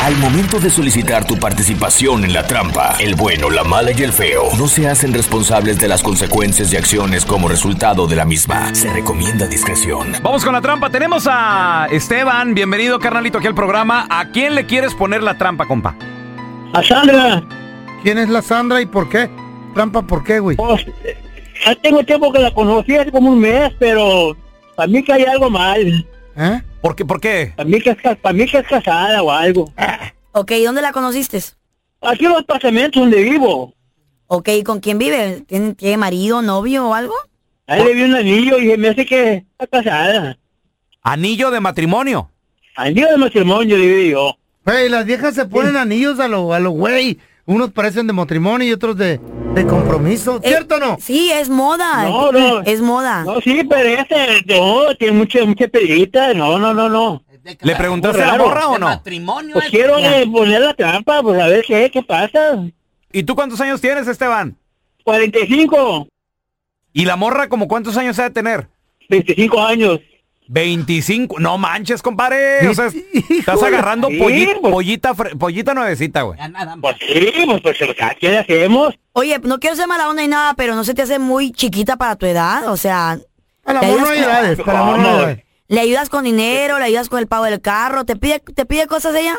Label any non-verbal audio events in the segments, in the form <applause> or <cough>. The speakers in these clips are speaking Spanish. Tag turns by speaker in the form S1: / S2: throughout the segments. S1: Al momento de solicitar tu participación en la trampa, el bueno, la mala y el feo no se hacen responsables de las consecuencias y acciones como resultado de la misma. Se recomienda discreción.
S2: Vamos con la trampa. Tenemos a Esteban. Bienvenido, carnalito, aquí al programa. ¿A quién le quieres poner la trampa, compa?
S3: A Sandra.
S4: ¿Quién es la Sandra y por qué? ¿Trampa por qué, güey?
S3: Pues, eh, ya tengo tiempo que la conocí, hace como un mes, pero para mí que hay algo mal.
S4: ¿Eh?
S2: ¿Por qué? ¿Por qué?
S3: Para mí que es, ca- para mí que es casada o algo.
S5: Ok, ¿dónde la conociste?
S3: Aquí en los apartamentos donde vivo.
S5: Ok, ¿con quién vive? ¿Tiene, tiene marido, novio o algo?
S3: Ahí le vi un anillo y se me hace que está casada.
S2: Anillo de matrimonio.
S3: Anillo de matrimonio, le vi yo.
S4: Güey, las viejas se ponen anillos a lo, a lo güey. Unos parecen de matrimonio y otros de, de compromiso. ¿Cierto o
S5: Eh,
S4: no?
S5: Sí, es moda.
S3: No, no.
S5: <laughs> Es moda.
S3: No, sí, pero ese, no, tiene mucha, mucha pelita. No, no, no, no.
S2: ¿Le preguntaste a la
S3: Claro.
S2: morra o no?
S6: matrimonio.
S3: Pues quiero eh, poner la trampa, pues a ver qué, qué pasa.
S2: ¿Y tú cuántos años tienes, Esteban?
S3: 45,
S2: ¿Y la morra como cuántos años ha de tener?
S3: 25 años.
S2: 25. No manches, compadre. O sea, es-
S4: Hijo
S2: estás
S4: de-
S2: agarrando
S3: Sí,
S2: polli-
S3: pues.
S2: pollita, fre- pollita nuevecita, güey.
S3: Pues sí, pues, pues ¿qué le hacemos?
S5: Oye, no quiero ser mala onda ni nada, pero no se te hace muy chiquita para tu edad. O sea,
S4: Al
S5: te
S4: amor no
S5: ayudas
S4: hay
S5: con-
S4: edades. Al amor no hay
S3: No,
S4: edades.
S5: le ayudas con dinero, le ayudas con el pago del carro, te pide, te pide cosas ella.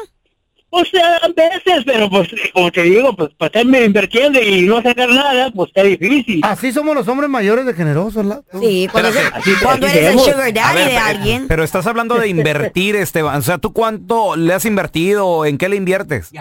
S3: O sea, a veces, pero pues, como te digo, pues para estarme invirtiendo y no sacar nada, pues está difícil.
S4: Así somos los hombres mayores de generosos. la-
S5: Sí, cuando,
S2: Espérate.
S5: eres-
S3: Así- así
S5: cuando eres el
S3: queremos.
S5: sugar
S2: A
S5: daddy
S2: ver,
S5: de
S2: pero-
S5: alguien.
S2: Pero estás hablando de invertir, Esteban. O sea, ¿tú cuánto le has invertido? ¿En qué le inviertes?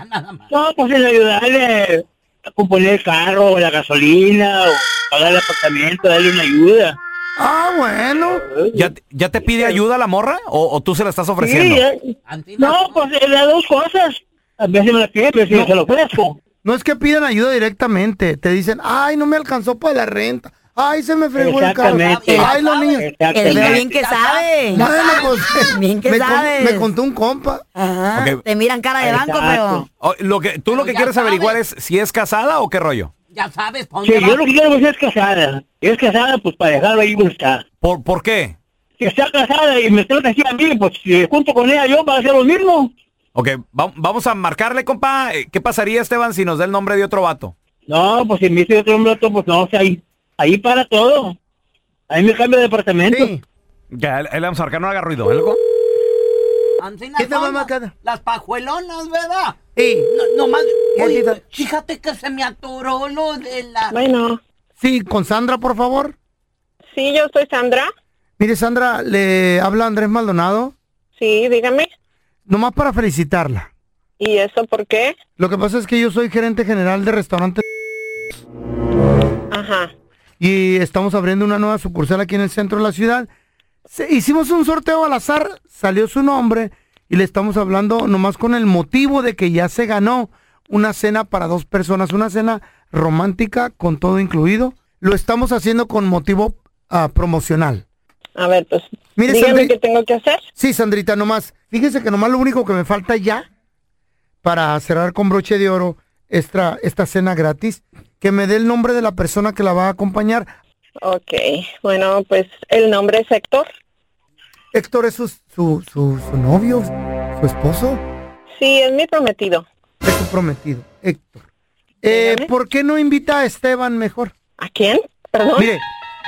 S3: No, pues en ayudarle a componer el carro, o la gasolina, o pagar el apartamento, darle una ayuda.
S4: Ah, bueno.
S2: ¿Ya, te- ya te pide ayuda la morra o, o tú se la estás
S3: Sí,
S2: ofreciendo?
S3: eh. no, pues eh, las dos cosas. A veces me la pide, a veces se lo ofrezco.
S4: No es que pidan ayuda directamente. Te dicen, ay, no me alcanzó para la renta. Ay, se me fregó el carro.
S3: Exactamente.
S4: Ay, los niños.
S5: El niño bien
S3: Exactamente.
S5: que sabe.
S4: Bueno, pues,
S5: <laughs> Bien que
S4: me, con-
S5: sabes.
S4: me contó un compa.
S5: Ajá.
S2: Ok.
S5: Te miran cara de banco, pero...
S3: Exacto.
S2: O- Oh, lo que, tú lo que quieres averiguar es si es casada o qué rollo.
S6: Ya sabes, ¿pa'
S3: Sí,
S6: dónde
S3: yo lo que quiero pues, es casada. Y es casada, pues para dejarlo ahí como está.
S2: ¿Por, por qué?
S3: Si está casada y me trata así a mí, pues si junto con ella yo para hacer lo mismo.
S2: Ok, va- vamos a marcarle, compa. Eh, ¿Qué pasaría, Esteban, si nos da el nombre de otro vato?
S3: No, pues si me hice otro hombre, pues no, o sea, ahí, ahí para todo. Ahí me cambio de apartamento.
S4: Sí.
S2: Ya, el, el Amsarcar no haga ruido. ¿eh, loco?
S6: Ancina,
S4: ¿Qué te va
S6: son
S4: a marcar?
S6: las- Las pajuelonas, ¿verdad?
S4: Sí.
S6: No, nomás,
S4: ¿Qué
S6: oye,
S4: dices?
S6: fíjate que se me atoró lo de la...
S7: Bueno,
S4: Sí, con Sandra, por favor.
S7: sí, yo soy Sandra.
S4: Mire, Sandra, le habla Andrés Maldonado.
S7: Sí, dígame.
S4: Nomás para felicitarla.
S7: ¿Y eso pues, por qué?
S4: Lo que pasa es que yo soy gerente general de restaurante
S7: Ajá.
S4: y estamos abriendo una nueva sucursal aquí en el centro de la ciudad. Se- hicimos un sorteo al azar, salió su nombre y le estamos hablando nomás con el motivo de que ya se ganó una cena para dos personas, una cena romántica con todo incluido. Lo estamos haciendo con motivo ah, promocional.
S7: A ver, pues
S4: Mire,
S7: dígame
S4: Sandri-
S7: qué tengo que hacer.
S4: Sí, Sandrita, nomás. Fíjese que nomás lo único que me falta ya para cerrar con broche de oro esta, esta cena gratis, que me dé el nombre de la persona que la va a acompañar.
S7: Ok, bueno, pues el nombre es Héctor.
S4: Héctor es su, su, su- su novio, su esposo,
S7: Sí, es mi prometido.
S4: es su prometido, Héctor. Eh,
S7: Dígame.
S4: ¿Por qué no invita a Esteban mejor?
S7: ¿A quién? Perdón.
S4: Mire,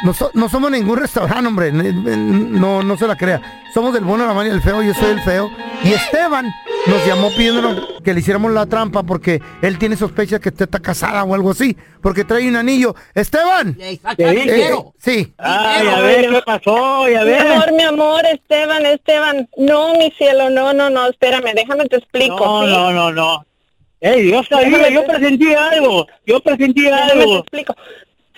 S4: no, so- no somos ningún restaurante, hombre. n- n- No, no se la crea. Somos del bueno, la mala y el feo. Yo soy el feo. Y Esteban nos llamó pidiéndonos que le hiciéramos la trampa porque él tiene sospechas que usted está casada o algo así. Porque trae un anillo. Esteban.
S6: Le saca
S3: Te dije.
S6: dinero.
S4: eh, sí.
S3: Ay, a ver, Ah, ¿qué pasó? Y a
S7: Mi amor,
S3: ver.
S7: mi amor, Esteban, Esteban. No, mi cielo, no, no, no, espérame, déjame te explico.
S3: No,
S7: ¿sí?
S3: no, no, no. Ey, yo sabía,
S7: Déjame
S3: yo
S7: ver.
S3: presentí algo. Yo presentí
S7: Déjame te
S3: algo.
S7: explico.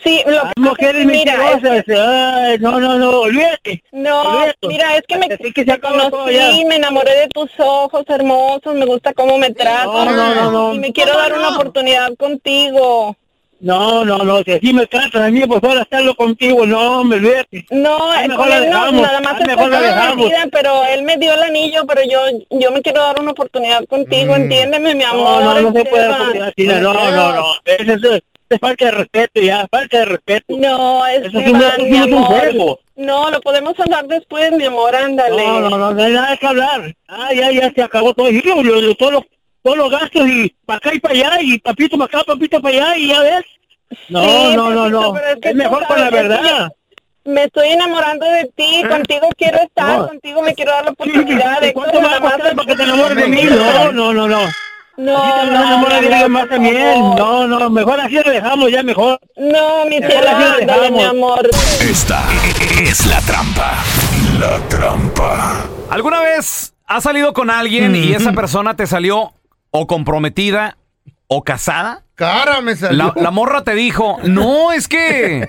S7: Sí, lo
S3: Las
S7: que pasa es que,
S3: Ah, mujeres este,
S7: mira, este. es-
S3: mentirosas. Ay, no, no, no, olvídate.
S7: No,
S3: Olvídate.
S7: mira, es que me,
S3: Así que se
S7: te
S3: acabó todo
S7: conocí,
S3: ya.
S7: me enamoré de tus ojos hermosos, me gusta cómo me tratas
S3: no, no, no.
S7: y me quiero dar una oportunidad contigo.
S3: No, no, no, si así me tratas a mí, pues ahora estarlo contigo. No, me olvídate.
S7: No, eh,
S3: Ah, mejor
S7: con
S3: la
S7: él no,
S3: dejamos,
S7: nada más
S3: ah,
S7: es
S3: mejor la
S7: cosa de la
S3: dejamos.
S7: vida, pero él me dio el anillo, pero yo yo me quiero dar una oportunidad contigo, entiéndeme, mi
S3: Mm. No,
S7: amor. este,
S3: no, no se puede
S7: Esteban.
S3: oportunidad, Tina, no, no, no. Es, es, es- es falta de respeto ya, falta de respeto.
S7: No,
S3: Eso es
S7: Esteban,
S3: un- eso
S7: mi
S3: es un
S7: amor.
S3: juego.
S7: No, lo podemos hablar después, mi amor, ándale.
S3: No, no, no, no hay nada que hablar. Ah, ya, ya se acabó todo. Y yo, yo, yo, todo lo- todos los gastos y para acá y para allá y papito para acá, papito para allá y ya ves. No,
S7: Sí,
S3: no, no, no.
S7: papito, pero es
S3: Es,
S7: que tú
S3: mejor con la
S7: sabes, es que
S3: verdad.
S7: Me estoy enamorando de ti, contigo quiero estar,
S3: ¿Eh? No.
S7: contigo me quiero dar la
S3: Sí,
S7: oportunidad de
S3: ¿Cuánto me va a costar para que te enamores de mí? No, no, no, no.
S7: No,
S3: No,
S7: no,
S3: no, enamora de alguien más
S7: por
S3: también.
S7: favor.
S3: No, no, mejor así lo dejamos ya mejor.
S7: No, mi
S3: Mejor
S7: cielo,
S3: así lo
S7: ándale, mi
S3: dejamos.
S7: amor.
S1: Esta es la trampa. La trampa.
S2: ¿Alguna vez has salido con alguien y esa persona te salió o comprometida o casada?
S4: Cara, me
S2: La,
S4: salió. <laughs>
S2: la morra te dijo, no, es que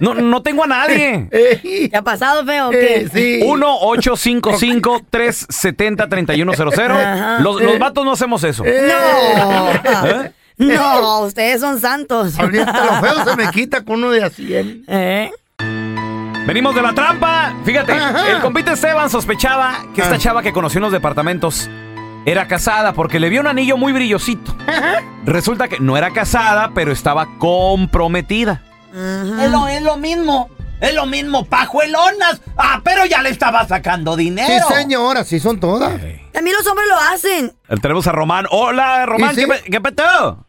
S2: no, no tengo a nadie.
S4: Ey,
S5: ¿Te ha pasado feo o
S4: eh,
S5: qué?
S4: sí.
S2: 1-855-370-3100. Los, los vatos no hacemos eso.
S5: No.
S2: ¿Eh?
S5: No, ustedes son santos.
S4: A mí hasta lo feo se me quita con uno de a 100.
S5: <laughs> ¿Eh?
S2: Venimos de la trampa. Fíjate,
S4: Ajá.
S2: el compite Esteban sospechaba que esta
S4: Ah.
S2: chava que conoció en los departamentos era casada porque le vio un anillo muy brillosito. Resulta que no era casada, pero estaba comprometida.
S6: Es lo, es lo mismo. Es lo mismo, pajuelonas. Ah, pero ya le estaba sacando
S4: Sí,
S6: dinero.
S4: señora, sí son todas.
S5: También los hombres lo hacen.
S2: Eh, Tenemos a Román. Hola, Román,
S4: ¿Y sí?
S2: ¿qué, pe- qué peteo?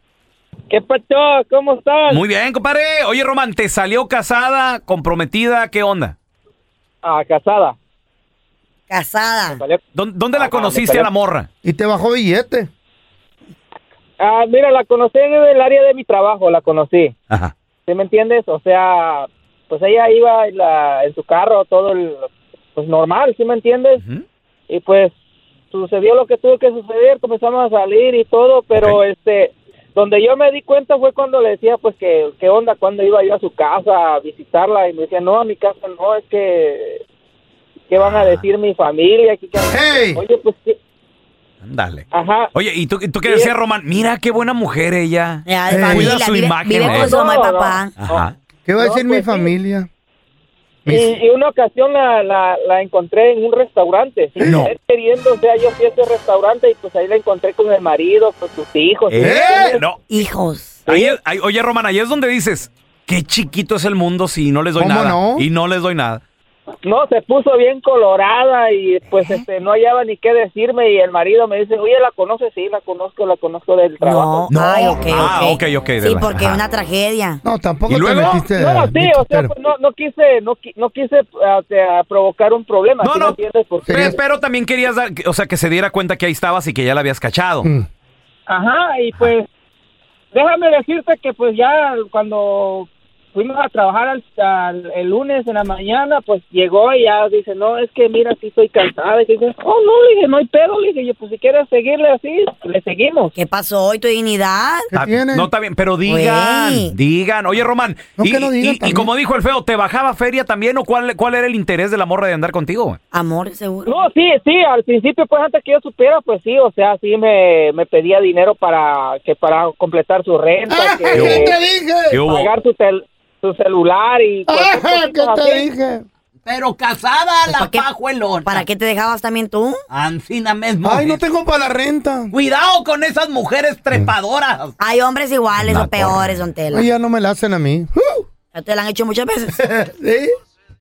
S7: ¿Qué pasó? ¿Cómo estás?
S2: Muy bien, compadre. Oye, Román, ¿te salió casada, comprometida? ¿Qué onda?
S7: Ah, casada.
S5: Casada.
S2: ¿Dó- ¿Dónde, la conociste a la morra?
S4: Y te bajó billete.
S7: Ah, mira, la conocí en el área de mi trabajo, la conocí.
S2: Ajá.
S7: ¿Sí me entiendes? O sea, pues ella iba en, la- en su carro, todo el- pues normal, ¿sí me entiendes?
S2: Ujú.
S7: Y pues sucedió lo que tuvo que suceder, comenzamos a salir y todo, pero
S2: Ok.
S7: este, donde yo me di cuenta fue cuando le decía, pues, que, qué onda, cuando iba yo a su casa a visitarla y me decía, no, a mi casa no, es que, ¿qué van
S2: Ah.
S7: a decir mi familia? ¿Qué- qué-
S4: ¡Hey!
S7: Oye, pues, ¿qué?
S2: Ándale.
S7: ajá.
S2: Oye, ¿y tú, y tú qué
S7: Sí.
S2: decías, Román? Mira qué buena mujer ella.
S5: Ya, de
S4: Eh,
S5: familia,
S2: cuida su
S5: vive,
S2: imagen,
S5: vive
S2: eh.
S5: con su mamá y
S7: No, no.
S5: papá.
S2: Ajá.
S4: ¿Qué va a
S7: No,
S4: decir
S7: pues
S4: mi
S7: sí. Eh,
S4: familia? Mis-
S7: Y, y una ocasión la, la, la encontré en un restaurante. sin
S4: No.
S7: querer Queriendo, o sea, yo fui a ese restaurante y pues ahí la encontré con el marido, con sus hijos.
S2: ¿Eh? No.
S5: Hijos.
S2: Ahí es- ahí- oye, Román, ahí es donde dices, qué chiquito es el mundo si no les doy
S4: ¿Cómo
S2: nada.
S4: no?
S2: Y no les doy nada.
S7: No, se puso bien colorada y pues este no hallaba ni qué decirme y el marido me dice, oye, ¿la conoces? Sí, la conozco, la conozco del
S5: No.
S7: trabajo.
S2: No.
S5: Ay, ok, ok.
S2: Ah, ok, ok, de
S5: Sí,
S2: la-
S5: porque
S2: ajá.
S5: es una tragedia.
S4: No, tampoco
S2: ¿Y
S4: te
S2: luego?
S4: metiste.
S7: No, sí,
S4: bicho,
S7: o sea,
S4: pero-
S7: pues, no, no quise, no, qui- no quise ah, te- ah, provocar un problema,
S2: No,
S7: ¿sí me
S2: no.
S7: entiendes? Porque-
S2: Pero, pero también querías dar, o sea, que se diera cuenta que ahí estabas y que ya la habías cachado.
S4: Mm.
S7: Ajá, y pues déjame decirte que pues ya cuando fuimos a trabajar al, al- el lunes en la mañana, pues llegó y ya dice, no, es que mira, sí estoy cansada. Y dice, oh, no, le dije, no hay pedo, le dije, yo, pues si quieres seguirle así, le seguimos.
S5: ¿Qué pasó? ¿Y tu dignidad?
S4: ¿Qué
S2: Ah,
S4: tiene?
S2: No, está bien, pero digan,
S5: Güey.
S2: digan. Oye, Román,
S4: No,
S2: y,
S4: que lo digan
S2: y- y
S4: también.
S2: como dijo el feo, ¿te bajaba feria también o cuál, cuál era el interés de la morra de andar contigo? güey?
S5: Amor, seguro.
S7: No, sí, sí, al principio, pues antes que yo supiera, pues sí, o sea, sí me, me pedía dinero para que para completar su renta,
S4: ¡Ah, <laughs>
S7: que
S4: ¿Qué te dije?
S2: ¿Qué hubo?
S7: pagar su, tel- su celular y... cualquier
S4: ¡Ah, ¿Qué
S7: cosita
S4: te
S7: así.
S4: dije?
S6: Pero casada la
S5: Pues, ¿Para qué?
S6: pajuelona.
S5: ¿Para qué te dejabas también tú?
S6: Ancina mismo.
S4: Ay, no tengo para la renta.
S6: Cuidado con esas mujeres trepadoras.
S5: Hay hombres iguales
S2: La
S5: o peores, don Tela.
S7: <laughs>
S4: Ay, ya no me la hacen a mí.
S5: Ya te la han hecho muchas veces.
S4: ¿Sí?